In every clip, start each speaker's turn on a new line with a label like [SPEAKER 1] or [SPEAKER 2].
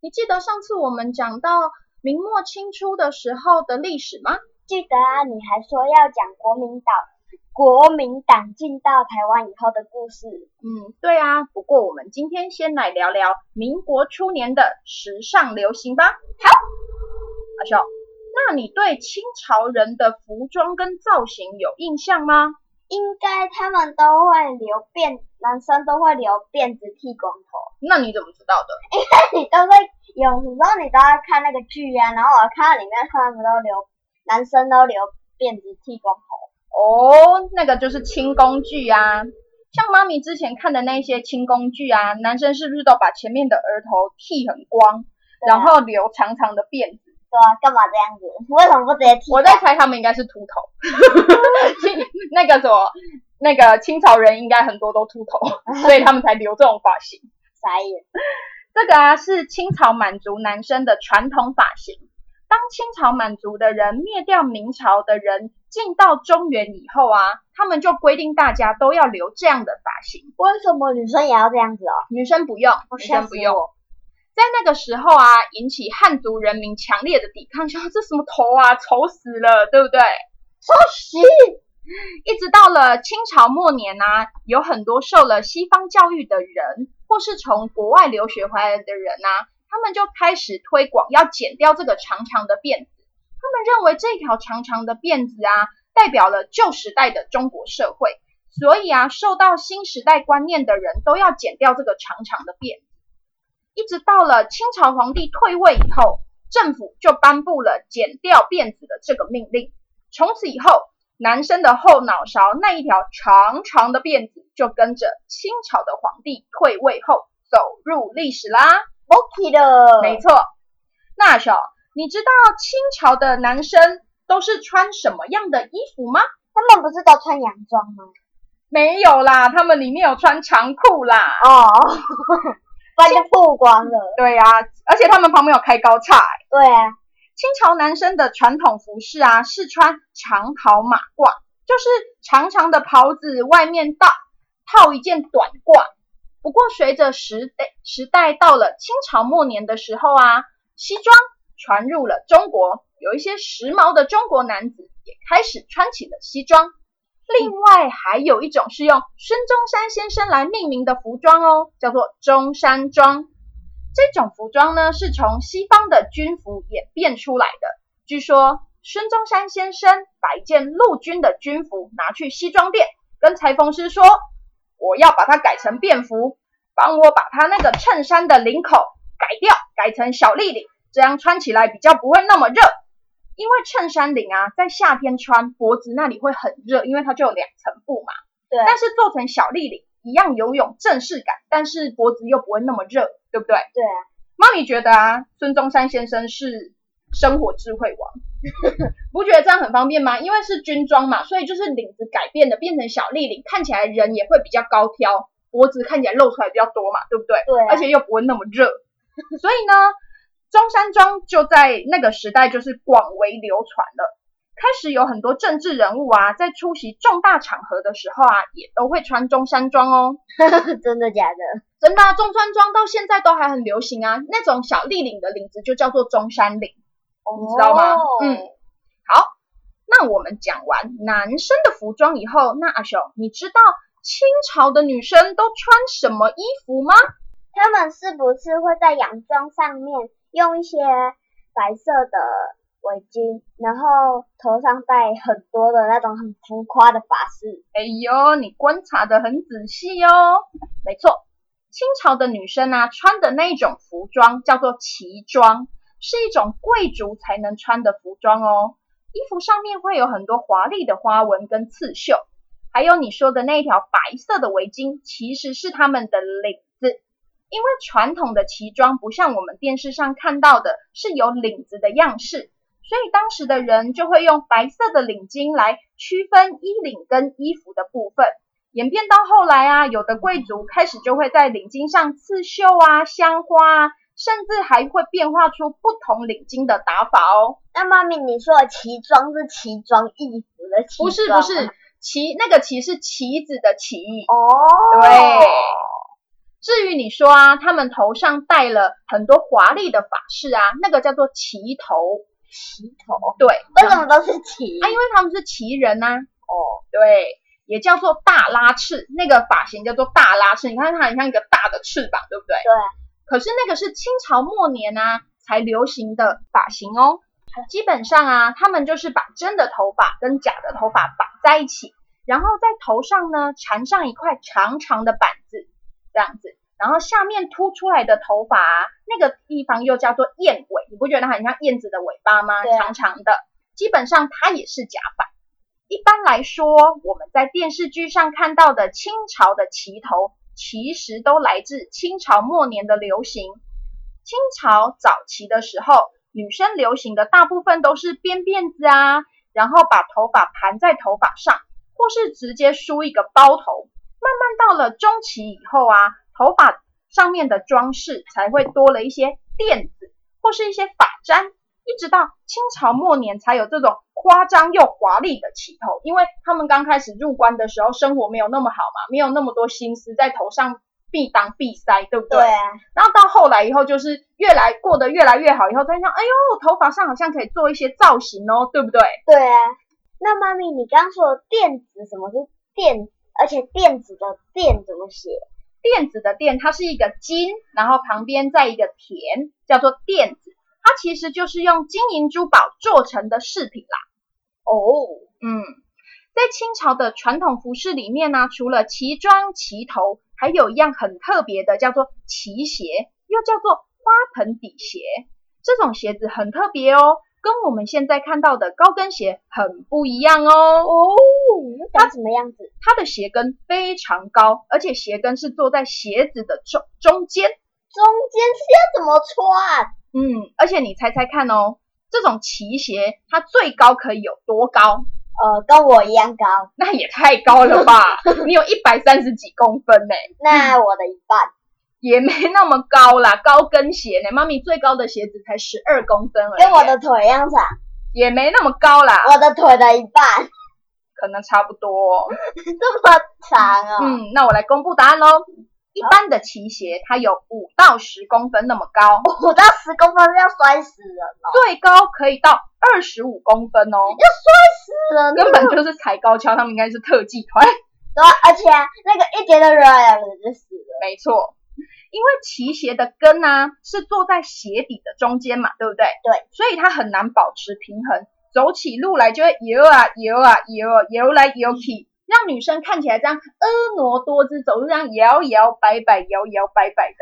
[SPEAKER 1] 你记得上次我们讲到明末清初的时候的历史吗？
[SPEAKER 2] 记得啊，你还说要讲国民党，国民党进到台湾以后的故事。
[SPEAKER 1] 嗯，对啊。不过我们今天先来聊聊民国初年的时尚流行吧。好，阿秀，那你对清朝人的服装跟造型有印象吗？
[SPEAKER 2] 应该他们都会留辫，男生都会留辫子剃光头。
[SPEAKER 1] 那你怎么知道的？
[SPEAKER 2] 你都会有时候你都要看那个剧啊，然后我看到里面他们都留男生都留辫子剃光头，
[SPEAKER 1] 哦，那个就是清宫剧啊，像妈咪之前看的那些清宫剧啊，男生是不是都把前面的额头剃很光，
[SPEAKER 2] 对啊
[SPEAKER 1] 然后留长长的辫子？
[SPEAKER 2] 对啊，干嘛这样子？为什么不直接剃？
[SPEAKER 1] 我在猜他们应该是秃头， 清那个什么，那个清朝人应该很多都秃 头，所以他们才留这种发型。
[SPEAKER 2] 傻眼，
[SPEAKER 1] 这个啊是清朝满族男生的传统发型。当清朝满族的人灭掉明朝的人进到中原以后啊，他们就规定大家都要留这样的发型，
[SPEAKER 2] 为什么女生也要这样子哦？
[SPEAKER 1] 女生不用，
[SPEAKER 2] 我
[SPEAKER 1] 女
[SPEAKER 2] 吓
[SPEAKER 1] 生
[SPEAKER 2] 死
[SPEAKER 1] 不用。
[SPEAKER 2] 我！
[SPEAKER 1] 在那个时候啊，引起汉族人民强烈的抵抗，想这什么头啊，丑死了，对不对？
[SPEAKER 2] 说实，
[SPEAKER 1] 一直到了清朝末年呢、啊，有很多受了西方教育的人，或是从国外留学回来的人啊，他们就开始推广要剪掉这个长长的辫子。他们认为这条长长的辫子啊，代表了旧时代的中国社会，所以啊，受到新时代观念的人都要剪掉这个长长的辫子。一直到了清朝皇帝退位以后，政府就颁布了剪掉辫子的这个命令。从此以后，男生的后脑勺那一条长长的辫子就跟着清朝的皇帝退位后走入历史啦。
[SPEAKER 2] 我剃了，
[SPEAKER 1] 没错，那小，你知道清朝的男生都是穿什么样的衣服吗？
[SPEAKER 2] 他们不是都穿洋装吗？
[SPEAKER 1] 没有啦，他们里面有穿长裤啦。
[SPEAKER 2] 哦， 不然就曝光了。
[SPEAKER 1] 对呀、而且他们旁边有开高叉、
[SPEAKER 2] 对啊，
[SPEAKER 1] 清朝男生的传统服饰啊，是穿长袍马褂，就是长长的袍子外面大套一件短褂。不过随着时代时代到了清朝末年的时候啊，西装传入了中国，有一些时髦的中国男子也开始穿起了西装。另外还有一种是用孙中山先生来命名的服装哦，叫做中山装。这种服装呢，是从西方的军服演变出来的。据说孙中山先生把一件陆军的军服拿去西装店，跟裁缝师说：“我要把它改成便服，帮我把它那个衬衫的领口改掉，改成小立领，这样穿起来比较不会那么热。”因为衬衫领啊，在夏天穿脖子那里会很热，因为它就有两层布嘛。
[SPEAKER 2] 对，啊
[SPEAKER 1] 但是做成小立领一样有一种正式感，但是脖子又不会那么热，对不对？
[SPEAKER 2] 对啊，
[SPEAKER 1] 妈咪觉得啊，孙中山先生是生活智慧王， 不觉得这样很方便吗？因为是军装嘛，所以就是领子改变的，变成小立领，看起来人也会比较高挑，脖子看起来露出来比较多嘛，对不对？
[SPEAKER 2] 对啊
[SPEAKER 1] 而且又不会那么热，所以呢，中山装就在那个时代就是广为流传了。开始有很多政治人物啊，在出席重大场合的时候啊，也都会穿中山装哦。
[SPEAKER 2] 真的假的？
[SPEAKER 1] 真的、啊，中山装到现在都还很流行啊。那种小立领的领子就叫做中山领。
[SPEAKER 2] 你
[SPEAKER 1] 知道吗
[SPEAKER 2] 哦
[SPEAKER 1] 嗯，那我们讲完男生的服装以后，那阿雄，你知道清朝的女生都穿什么衣服吗？
[SPEAKER 2] 他们是不是会在洋装上面用一些白色的围巾，然后头上戴很多的那种很浮夸的发饰。
[SPEAKER 1] 哎呦，你观察的很仔细哦。没错，清朝的女生啊，穿的那一种服装叫做旗装，是一种贵族才能穿的服装哦。衣服上面会有很多华丽的花纹跟刺绣，还有你说的那条白色的围巾，其实是他们的领子。因为传统的旗装不像我们电视上看到的是有领子的样式，所以当时的人就会用白色的领巾来区分衣领跟衣服的部分。演变到后来啊，有的贵族开始就会在领巾上刺绣啊、香花啊，甚至还会变化出不同领巾的打法哦。
[SPEAKER 2] 那妈咪，你说的旗装是旗装衣服的旗
[SPEAKER 1] 不是
[SPEAKER 2] 装
[SPEAKER 1] 不
[SPEAKER 2] 吗
[SPEAKER 1] 是，旗那个旗是旗子的旗。
[SPEAKER 2] 哦，
[SPEAKER 1] 对。至于你说啊，他们头上戴了很多华丽的发饰啊，那个叫做旗头。
[SPEAKER 2] 旗头，
[SPEAKER 1] 对，
[SPEAKER 2] 为什么都是旗？
[SPEAKER 1] 啊，因为他们是旗人呐、
[SPEAKER 2] 哦，
[SPEAKER 1] 对，也叫做大拉翅，那个发型叫做大拉翅。你看它很像一个大的翅膀，对不对？
[SPEAKER 2] 对。
[SPEAKER 1] 可是那个是清朝末年啊才流行的发型哦。基本上啊，他们就是把真的头发跟假的头发绑在一起，然后在头上呢缠上一块长长的板子，这样子，然后下面凸出来的头发、啊、那个地方又叫做燕尾，你不觉得它很像燕子的尾巴吗？
[SPEAKER 2] 对啊
[SPEAKER 1] 长长的，基本上它也是假发。一般来说，我们在电视剧上看到的清朝的旗头，其实都来自清朝末年的流行。清朝早期的时候，女生流行的大部分都是编辫子啊，然后把头发盘在头发上，或是直接梳一个包头。慢慢到了中期以后啊，头发上面的装饰才会多了一些垫子，或是一些发簪一直到清朝末年才有这种夸张又华丽的起头，因为他们刚开始入关的时候，生活没有那么好嘛，没有那么多心思在头上必当必塞，对不对？
[SPEAKER 2] 对啊，
[SPEAKER 1] 然后到后来以后，就是越来过得越来越好，以后才想，哎呦，头发上好像可以做一些造型哦，对不对？
[SPEAKER 2] 对啊。那妈咪，你刚刚说的电子，什么是电？而且电子的电怎么写？
[SPEAKER 1] 电子的电，它是一个金，然后旁边再一个田，叫做电子。它其实就是用金银珠宝做成的饰品啦。
[SPEAKER 2] 哦，
[SPEAKER 1] 嗯，在清朝的传统服饰里面呢、除了旗装、旗头，还有一样很特别的，叫做旗鞋，又叫做花盆底鞋。这种鞋子很特别哦，跟我们现在看到的高跟鞋很不一样哦。
[SPEAKER 2] 哦，它怎么样子？
[SPEAKER 1] 它的鞋跟非常高，而且鞋跟是坐在鞋子的中中间。
[SPEAKER 2] 中间是要怎么穿？
[SPEAKER 1] 嗯，而且你猜猜看哦，这种旗鞋它最高可以有多高？
[SPEAKER 2] 呃，跟我一样高，
[SPEAKER 1] 那也太高了吧！你有一百三十几公分呢、嗯
[SPEAKER 2] 那我的一半。
[SPEAKER 1] 也没那么高啦，高跟鞋呢，妈咪最高的鞋子才十二公分而已，
[SPEAKER 2] 跟我的哦腿一样长，
[SPEAKER 1] 也没那么高啦，
[SPEAKER 2] 我的腿的一半，
[SPEAKER 1] 可能差不多哦、
[SPEAKER 2] 这么长哦。
[SPEAKER 1] 嗯，那我来公布答案喽。一般的旗鞋它有五到十公分那么高，
[SPEAKER 2] 五到十公分要摔死人了，
[SPEAKER 1] 最高可以到二十五公分哦，
[SPEAKER 2] 死人
[SPEAKER 1] 根本就是踩高跷，他们应该是特技团。
[SPEAKER 2] 对啊，而且、那个一跌的人就死了。
[SPEAKER 1] 没错，因为旗鞋的跟呢、是坐在鞋底的中间嘛，对不对？
[SPEAKER 2] 对，
[SPEAKER 1] 所以它很难保持平衡，走起路来就会游啊游啊游啊游来游去，让女生看起来这样婀娜多姿，走路这样摇摇摆摆、摇摇摆摆的，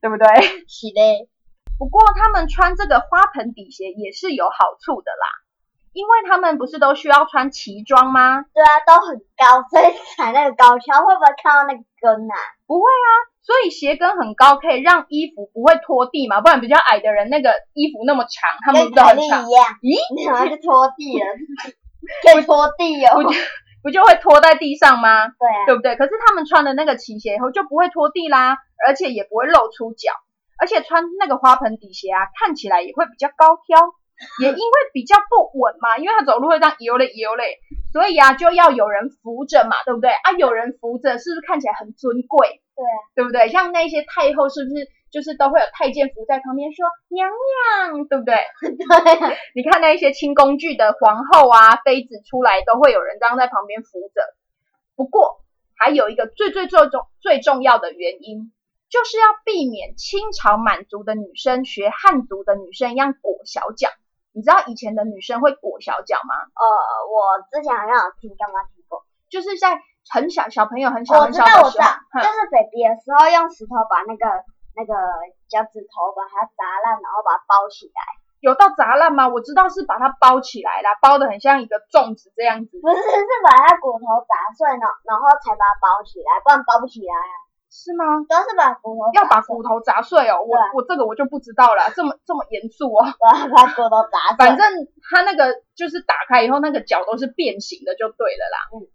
[SPEAKER 1] 对不对？
[SPEAKER 2] 是的，
[SPEAKER 1] 不过他们穿这个花盆底鞋也是有好处的啦，因为他们不是都需要穿旗装吗？
[SPEAKER 2] 对啊，都很高，所以踩那个高跷会不会看到那个跟啊？
[SPEAKER 1] 不会啊，所以鞋跟很高可以让衣服不会拖地嘛，不然比较矮的人那个衣服那么长，他们
[SPEAKER 2] 跟
[SPEAKER 1] 不是
[SPEAKER 2] 凯
[SPEAKER 1] 很
[SPEAKER 2] 莉一
[SPEAKER 1] 长，
[SPEAKER 2] 样，
[SPEAKER 1] 咦
[SPEAKER 2] 你好像是拖地 了，可以拖地
[SPEAKER 1] 我
[SPEAKER 2] 哦。
[SPEAKER 1] 不就会拖在地上吗？
[SPEAKER 2] 对啊，
[SPEAKER 1] 对不对？可是他们穿的那个旗鞋以后就不会拖地啦，而且也不会露出脚，而且穿那个花盆底鞋啊，看起来也会比较高挑，也因为比较不稳嘛，因为他走路会这样游嘞游嘞，所以啊就要有人扶着嘛，对不对？啊，有人扶着是不是看起来很尊贵？
[SPEAKER 2] 对啊，
[SPEAKER 1] 对不对？像那些太后是不是就是都会有太监扶在旁边说娘娘，对不对？
[SPEAKER 2] 对啊，
[SPEAKER 1] 你看那一些清宫剧的皇后啊、妃子出来，都会有人这样在旁边扶着。不过，还有一个最最最重最重要的原因，就是要避免清朝满族的女生学汉族的女生一样裹小脚。你知道以前的女生会裹小脚吗？
[SPEAKER 2] 呃，我之前好像有听干妈听过，
[SPEAKER 1] 就是在很小小朋友很小
[SPEAKER 2] 我
[SPEAKER 1] 很
[SPEAKER 2] 知
[SPEAKER 1] 小
[SPEAKER 2] 道我
[SPEAKER 1] 的时候，
[SPEAKER 2] 知道，
[SPEAKER 1] 哼
[SPEAKER 2] 就是 baby 的时候用石头把那个那个脚趾头把它砸烂，然后把它包起来。
[SPEAKER 1] 有到砸烂吗？我知道是把它包起来啦，包的很像一个粽子这样子。
[SPEAKER 2] 不是，是把它骨头砸碎了，然后才把它包起来，不然包不起来啊。
[SPEAKER 1] 是吗？
[SPEAKER 2] 都是把骨头
[SPEAKER 1] 要把
[SPEAKER 2] 砸碎
[SPEAKER 1] 骨头砸碎哦，我
[SPEAKER 2] 对啊
[SPEAKER 1] 我这个我就不知道了，这么这么严肃哦。
[SPEAKER 2] 对啊把骨头砸碎。
[SPEAKER 1] 反正它那个就是打开以后，那个角都是变形的，就对了啦。
[SPEAKER 2] 嗯。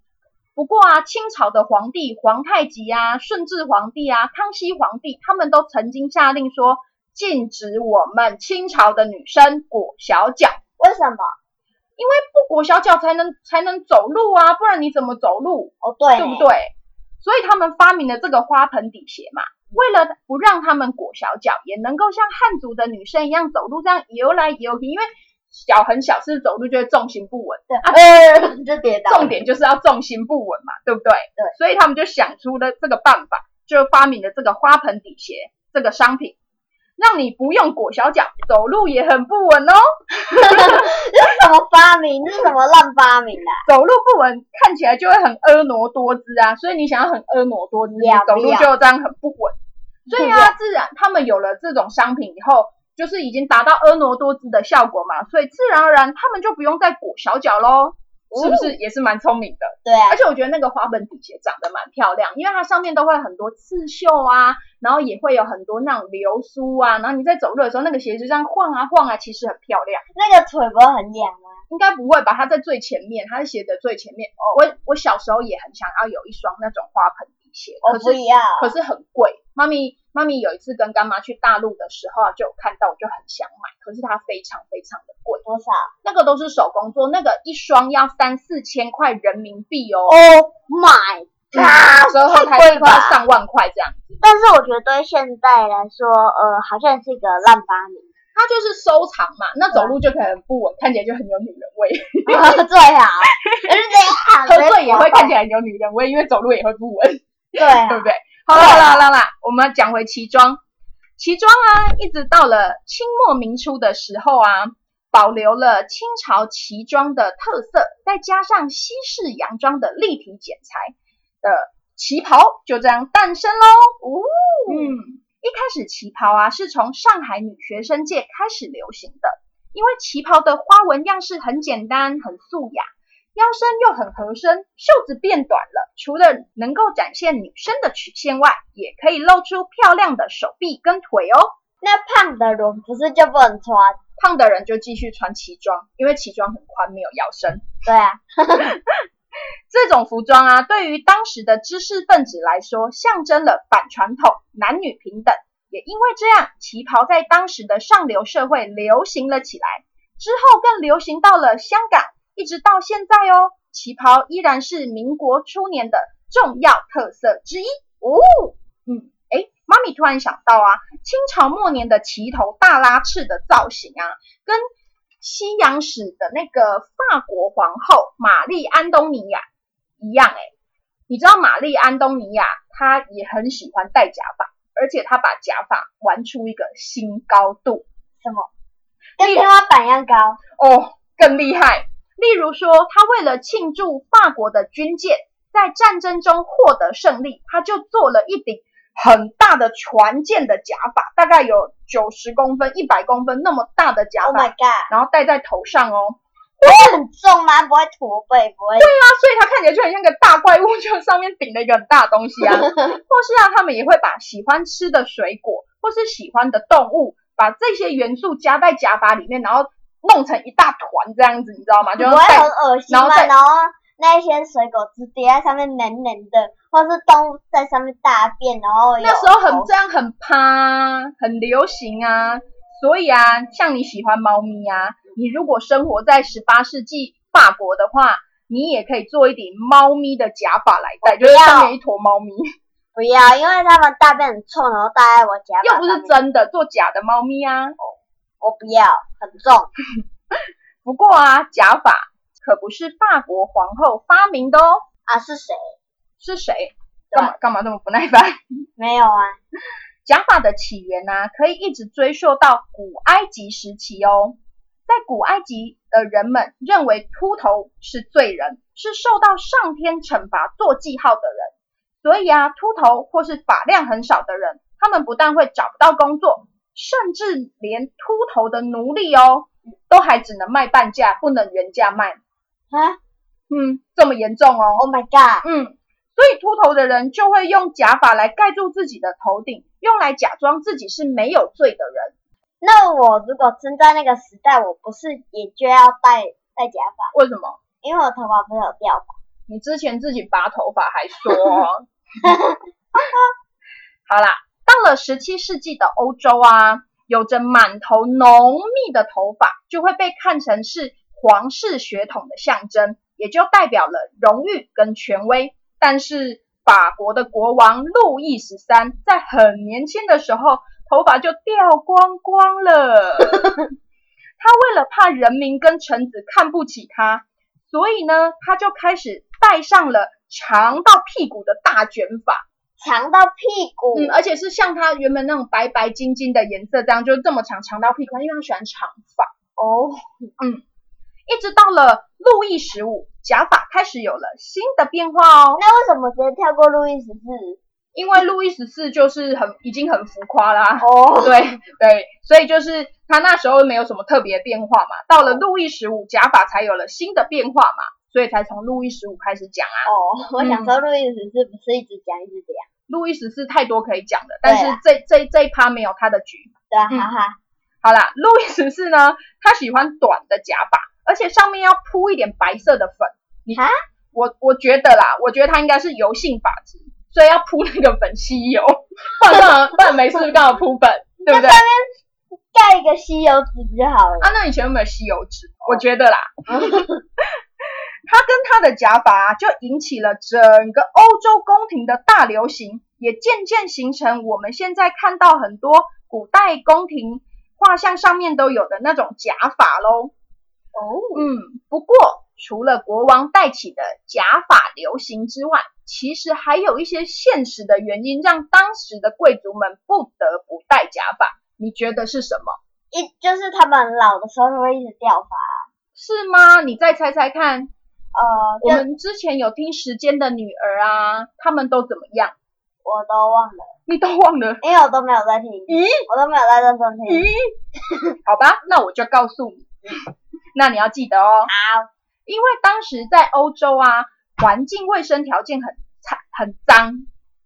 [SPEAKER 1] 不过啊，清朝的皇帝皇太极啊、顺治皇帝啊、康熙皇帝，他们都曾经下令说，禁止我们清朝的女生裹小脚，
[SPEAKER 2] 为什么？
[SPEAKER 1] 因为不裹小脚才能才能走路啊，不然你怎么走路？
[SPEAKER 2] 哦，对，
[SPEAKER 1] 对不对？？所以他们发明了这个花盆底鞋嘛，为了不让他们裹小脚，也能够像汉族的女生一样走路这样游来游去，因为脚很小，是不是走路就会重心不稳？
[SPEAKER 2] 对，呃，就跌倒。
[SPEAKER 1] 重点就是要重心不稳嘛，对不对？
[SPEAKER 2] 对，
[SPEAKER 1] 所以他们就想出了这个办法，就发明了这个花盆底鞋这个商品，让你不用裹小脚，走路也很不稳哦。
[SPEAKER 2] 什么发明？这是什么乱发明啊？
[SPEAKER 1] 走路不稳，看起来就会很婀娜多姿啊。所以你想要很婀娜多姿，你
[SPEAKER 2] 要不
[SPEAKER 1] 走路
[SPEAKER 2] 要
[SPEAKER 1] 就这样很不稳。所以啊，自然他们有了这种商品以后，就是已经达到婀娜多姿的效果嘛，所以自然而然他们就不用再裹小脚喽，是不是也是蛮聪明的？
[SPEAKER 2] 对啊
[SPEAKER 1] 而，且我觉得那个花盆底鞋长得蛮漂亮，因为它上面都会很多刺绣啊，然后也会有很多那种流苏啊，然后你在走路的时候，那个鞋就这样晃啊晃啊，其实很漂亮。
[SPEAKER 2] 那个腿不会很痒吗？
[SPEAKER 1] 应该不会吧？它在最前面，它是鞋的最前面。我我小时候也很想要有一双那种花盆底鞋，
[SPEAKER 2] 我
[SPEAKER 1] 可
[SPEAKER 2] 不
[SPEAKER 1] 是
[SPEAKER 2] 要。
[SPEAKER 1] 可是很贵。妈咪妈咪有一次跟干妈去大陆的时候啊，就有看到，我就很想买，可是它非常非常的贵，
[SPEAKER 2] 多少？
[SPEAKER 1] 那个都是手工做，那个一双要三四千块人民币
[SPEAKER 2] Oh
[SPEAKER 1] 哦，嗯
[SPEAKER 2] my！God，
[SPEAKER 1] 折合
[SPEAKER 2] 太
[SPEAKER 1] 台币
[SPEAKER 2] 贵
[SPEAKER 1] 快要
[SPEAKER 2] 吧
[SPEAKER 1] 上万块这样子。
[SPEAKER 2] 但是我觉得对现在来说，呃，好像是一个乱发明。
[SPEAKER 1] 它就是收藏嘛，那走路就可能不稳，看起来就很有女人味，
[SPEAKER 2] 啊最好，就是这样。
[SPEAKER 1] 喝醉也会看起来很有女人味，因为走路也会不稳。
[SPEAKER 2] 对啊
[SPEAKER 1] 对不对？好了好了好了好了，我们讲回奇装。奇装啊，一直到了清末明初的时候啊，保留了清朝奇装的特色，再加上西式洋装的立体剪裁的旗袍，就这样诞生喽。哦，嗯，一开始旗袍啊是从上海女学生界开始流行的，因为旗袍的花纹样式很简单，很素雅。腰身又很合身，袖子变短了，除了能够展现女生的曲线外，也可以露出漂亮的手臂跟腿哦。
[SPEAKER 2] 那胖的人不是就不能穿？
[SPEAKER 1] 胖的人就继续穿旗装，因为旗装很宽，没有腰身。
[SPEAKER 2] 对啊，
[SPEAKER 1] 这种服装啊，对于当时的知识分子来说，象征了反传统、男女平等。也因为这样，旗袍在当时的上流社会流行了起来，之后更流行到了香港，一直到现在哦，旗袍依然是民国初年的重要特色之一。哦，嗯，诶，妈咪突然想到啊，清朝末年的旗头大拉翅的造型啊，跟西洋史的那个法国皇后玛丽·安东尼亚一样哎、你知道玛丽安东尼亚她也很喜欢戴假发，而且她把假发玩出一个新高度
[SPEAKER 2] 什么？跟天花板一样高。
[SPEAKER 1] 哦，更厉害。例如说，她为了庆祝法国的军舰在战争中获得胜利，她就做了一顶很大的船舰的假发，大概有九十公分、一百公分那么大的假
[SPEAKER 2] Oh
[SPEAKER 1] 发
[SPEAKER 2] my god！
[SPEAKER 1] 然后戴在头上哦。
[SPEAKER 2] 会很重吗？不会驼背，不会。
[SPEAKER 1] 啊，所以它看起来就很像个大怪物，就上面顶了一个很大的东西啊。或是啊，他们也会把喜欢吃的水果或是喜欢的动物，把这些元素加在假发里面，然后弄成一大团这样子，你知道吗？就
[SPEAKER 2] 不
[SPEAKER 1] 像
[SPEAKER 2] 会很
[SPEAKER 1] 戴
[SPEAKER 2] 恶心
[SPEAKER 1] 然后
[SPEAKER 2] 吗？
[SPEAKER 1] 再
[SPEAKER 2] 啊然后那一些水果汁滴在上面黏黏的，或是动物在上面大便，然后有
[SPEAKER 1] 那时候
[SPEAKER 2] 头
[SPEAKER 1] 很这样很趴，很流行啊。所以啊，像你喜欢猫咪啊，你如果生活在十八世纪法国的话，你也可以做一顶猫咪的假发来戴，就是上面一坨猫咪。
[SPEAKER 2] 不要，因为他们大便很臭，然后搭在我夹板
[SPEAKER 1] 又不
[SPEAKER 2] 上
[SPEAKER 1] 是
[SPEAKER 2] 面，
[SPEAKER 1] 真的，做假的猫咪啊。
[SPEAKER 2] 我不要，很重。
[SPEAKER 1] 不过啊，假发可不是法国皇后发明的哦，
[SPEAKER 2] 啊，是谁？
[SPEAKER 1] 是谁？干嘛干嘛那么不耐烦？
[SPEAKER 2] 没有啊，
[SPEAKER 1] 讲法的起源呢、可以一直追溯到古埃及时期哦。在古埃及的人们认为秃头是罪人，是受到上天惩罚做记号的人，所以啊，秃头或是发量很少的人，他们不但会找不到工作，甚至连秃头的奴隶哦，都还只能卖半价，不能原价卖。
[SPEAKER 2] 啊
[SPEAKER 1] 嗯，这么严重哦。
[SPEAKER 2] ，Oh my god，
[SPEAKER 1] 嗯，所以秃头的人就会用假发来盖住自己的头顶，用来假装自己是没有罪的人。
[SPEAKER 2] 那我如果真在那个时代，我不是也就要戴戴假发，
[SPEAKER 1] 为什么？
[SPEAKER 2] 因为我头发不是有掉发，
[SPEAKER 1] 你之前自己拔头发还说哦。 好啦，到了十七世纪的欧洲啊，有着满头浓密的头发，就会被看成是皇室血统的象征，也就代表了荣誉跟权威。但是法国的国王路易十三在很年轻的时候，头发就掉光光了。 他为了怕人民跟臣子看不起他，所以呢，他就开始戴上了长到屁股的大卷发，
[SPEAKER 2] 长到屁股，
[SPEAKER 1] 嗯，而且是像他原本那种白白金金的颜色，这样就这么长，长到屁股，因为他喜欢长发。
[SPEAKER 2] 哦，
[SPEAKER 1] 一直到了路易十五，假发开始有了新的变化哦，
[SPEAKER 2] 那为什么直接跳过路易十四？
[SPEAKER 1] 因为路易十四就是很已经很浮夸啦，
[SPEAKER 2] 哦，
[SPEAKER 1] 对对，所以就是他那时候没有什么特别变化嘛，到了路易十五，假发才有了新的变化嘛，所以才从路易十五开始讲啊。
[SPEAKER 2] 哦，我想说路易十四不是一直讲一直讲，
[SPEAKER 1] 路易十四太多可以讲的，但是
[SPEAKER 2] 对啊
[SPEAKER 1] 这这这一趴没有他的局。
[SPEAKER 2] 对啊，
[SPEAKER 1] 嗯
[SPEAKER 2] 哈哈，
[SPEAKER 1] 好啦，路易十四呢，他喜欢短的假发，而且上面要铺一点白色的粉。你
[SPEAKER 2] 啊
[SPEAKER 1] 我我觉得啦，我觉得他应该是油性发质，所以要铺那个粉吸油， 不然干嘛不然没事干嘛铺粉，对不对？啊，
[SPEAKER 2] 盖一个吸油纸不就好了？
[SPEAKER 1] 那以前有没有吸油纸？我觉得啦，他跟他的假发、啊、就引起了整个欧洲宫廷的大流行，也渐渐形成我们现在看到很多古代宫廷画像上面都有的那种假发喽。
[SPEAKER 2] 哦，
[SPEAKER 1] 嗯，不过除了国王带起的假发流行之外，其实还有一些现实的原因，让当时的贵族们不得不戴假发。你觉得是什么？
[SPEAKER 2] 一就是他们老的时候会一直掉发，
[SPEAKER 1] 是吗？你再猜猜看。
[SPEAKER 2] 呃，
[SPEAKER 1] 我
[SPEAKER 2] 就
[SPEAKER 1] 们之前有听《时间的女儿》啊，他们都怎么样？
[SPEAKER 2] 我都忘了，
[SPEAKER 1] 你都忘了？
[SPEAKER 2] 因为我都没有在听，
[SPEAKER 1] 咦
[SPEAKER 2] 我都没有在认真听。
[SPEAKER 1] 咦，好吧，那我就告诉你。那你要记得哦。
[SPEAKER 2] 嗯好，
[SPEAKER 1] 因为当时在欧洲啊，环境卫生条件很差、很脏、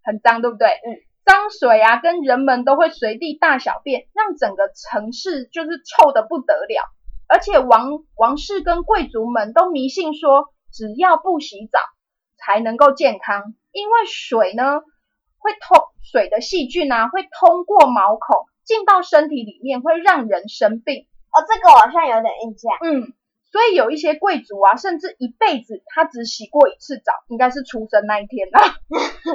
[SPEAKER 1] 很脏，对不对？
[SPEAKER 2] 嗯。
[SPEAKER 1] 脏水啊，跟人们都会随地大小便，让整个城市就是臭的不得了。而且王王室跟贵族们都迷信说，只要不洗澡才能够健康，因为水呢会通水的细菌啊会通过毛孔进到身体里面，会让人生病。
[SPEAKER 2] 哦，这个我好像有点印象。
[SPEAKER 1] 嗯，所以有一些贵族啊，甚至一辈子他只洗过一次澡，应该是出生那一天啊。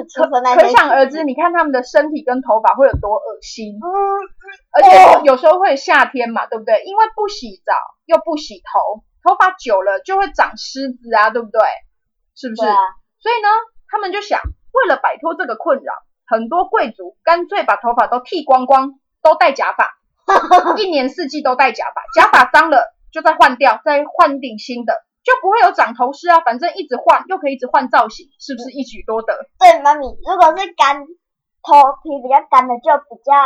[SPEAKER 2] 出生那嗯
[SPEAKER 1] 可
[SPEAKER 2] 天，
[SPEAKER 1] 想而知，你看他们的身体跟头发会有多恶心，
[SPEAKER 2] 嗯，
[SPEAKER 1] 而且有时候会夏天嘛，对不对？因为不洗澡又不洗头，头发久了就会长虱子啊，对不对？是不是？
[SPEAKER 2] 对啊，
[SPEAKER 1] 所以呢，他们就想，为了摆脱这个困扰，很多贵族干脆把头发都剃光光，都戴假 发，一年四季都戴假发，假发脏了就再换掉，再换顶新的，就不会有长头虱啊。反正一直换，又可以一直换造型，是
[SPEAKER 2] 嗯
[SPEAKER 1] 不是一举多得？
[SPEAKER 2] 对，妈咪，如果是干头皮比较干的，就比较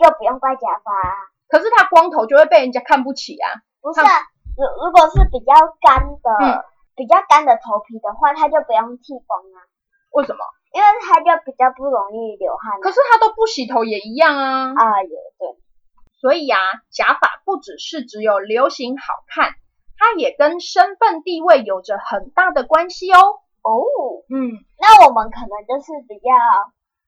[SPEAKER 2] 就不用戴假发啊、
[SPEAKER 1] 可是他光头就会被人家看不起啊。
[SPEAKER 2] 不是啊，如如果是比较干的、
[SPEAKER 1] 嗯
[SPEAKER 2] 比较干的头皮的话，它就不用剃光啊，
[SPEAKER 1] 为什么？
[SPEAKER 2] 因为它就比较不容易流汗
[SPEAKER 1] 可是他都不洗头也一样啊。
[SPEAKER 2] 啊。啊，也对，
[SPEAKER 1] 所以啊，假发不只是只有流行好看，它也跟身份地位有着很大的关系哦。
[SPEAKER 2] 哦，
[SPEAKER 1] 嗯，
[SPEAKER 2] 那我们可能就是比较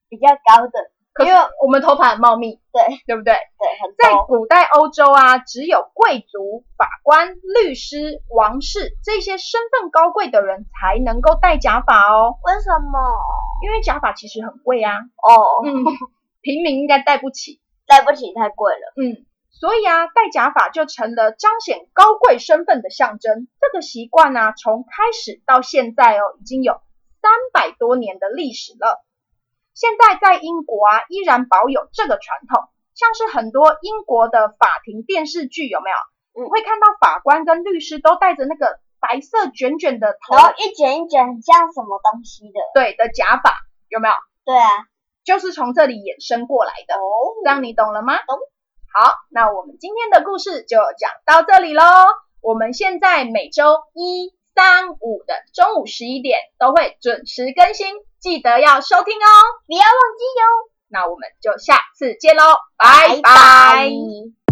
[SPEAKER 2] 比较高的，
[SPEAKER 1] 可是
[SPEAKER 2] 因
[SPEAKER 1] 哦
[SPEAKER 2] 为
[SPEAKER 1] 我们头发很茂密，
[SPEAKER 2] 对
[SPEAKER 1] 对不对？
[SPEAKER 2] 对，很
[SPEAKER 1] 在
[SPEAKER 2] 多。
[SPEAKER 1] 古代欧洲啊，只有贵族、法官、律师、王室这些身份高贵的人才能够戴假发哦，
[SPEAKER 2] 为什么？
[SPEAKER 1] 因为假发其实很贵啊。
[SPEAKER 2] 哦，
[SPEAKER 1] 嗯，平民应该戴不起。
[SPEAKER 2] 对不起，太贵了。
[SPEAKER 1] 嗯，所以啊，戴假发就成了彰显啊高贵身份的象征。这个习惯呢、从开始到现在哦，已经有三百多年的历史了。现在在英国啊，依然保有这个传统，像是很多英国的法庭电视剧有没有？
[SPEAKER 2] 嗯
[SPEAKER 1] 你会看到法官跟律师都戴着那个白色卷卷的头
[SPEAKER 2] 然，后一卷一卷，很像什么东西的。
[SPEAKER 1] 对的假发，有没有？
[SPEAKER 2] 对啊，
[SPEAKER 1] 就是从这里衍生过来的。
[SPEAKER 2] 哦
[SPEAKER 1] 这样你懂了吗？
[SPEAKER 2] 懂。
[SPEAKER 1] 好，那我们今天的故事就讲到这里喽。我们现在每周一、三、五的中午十一点都会准时更新，记得要收听哦。
[SPEAKER 2] 不要忘记哟，
[SPEAKER 1] 那我们就下次见喽，拜
[SPEAKER 2] 拜
[SPEAKER 1] 拜。
[SPEAKER 2] 拜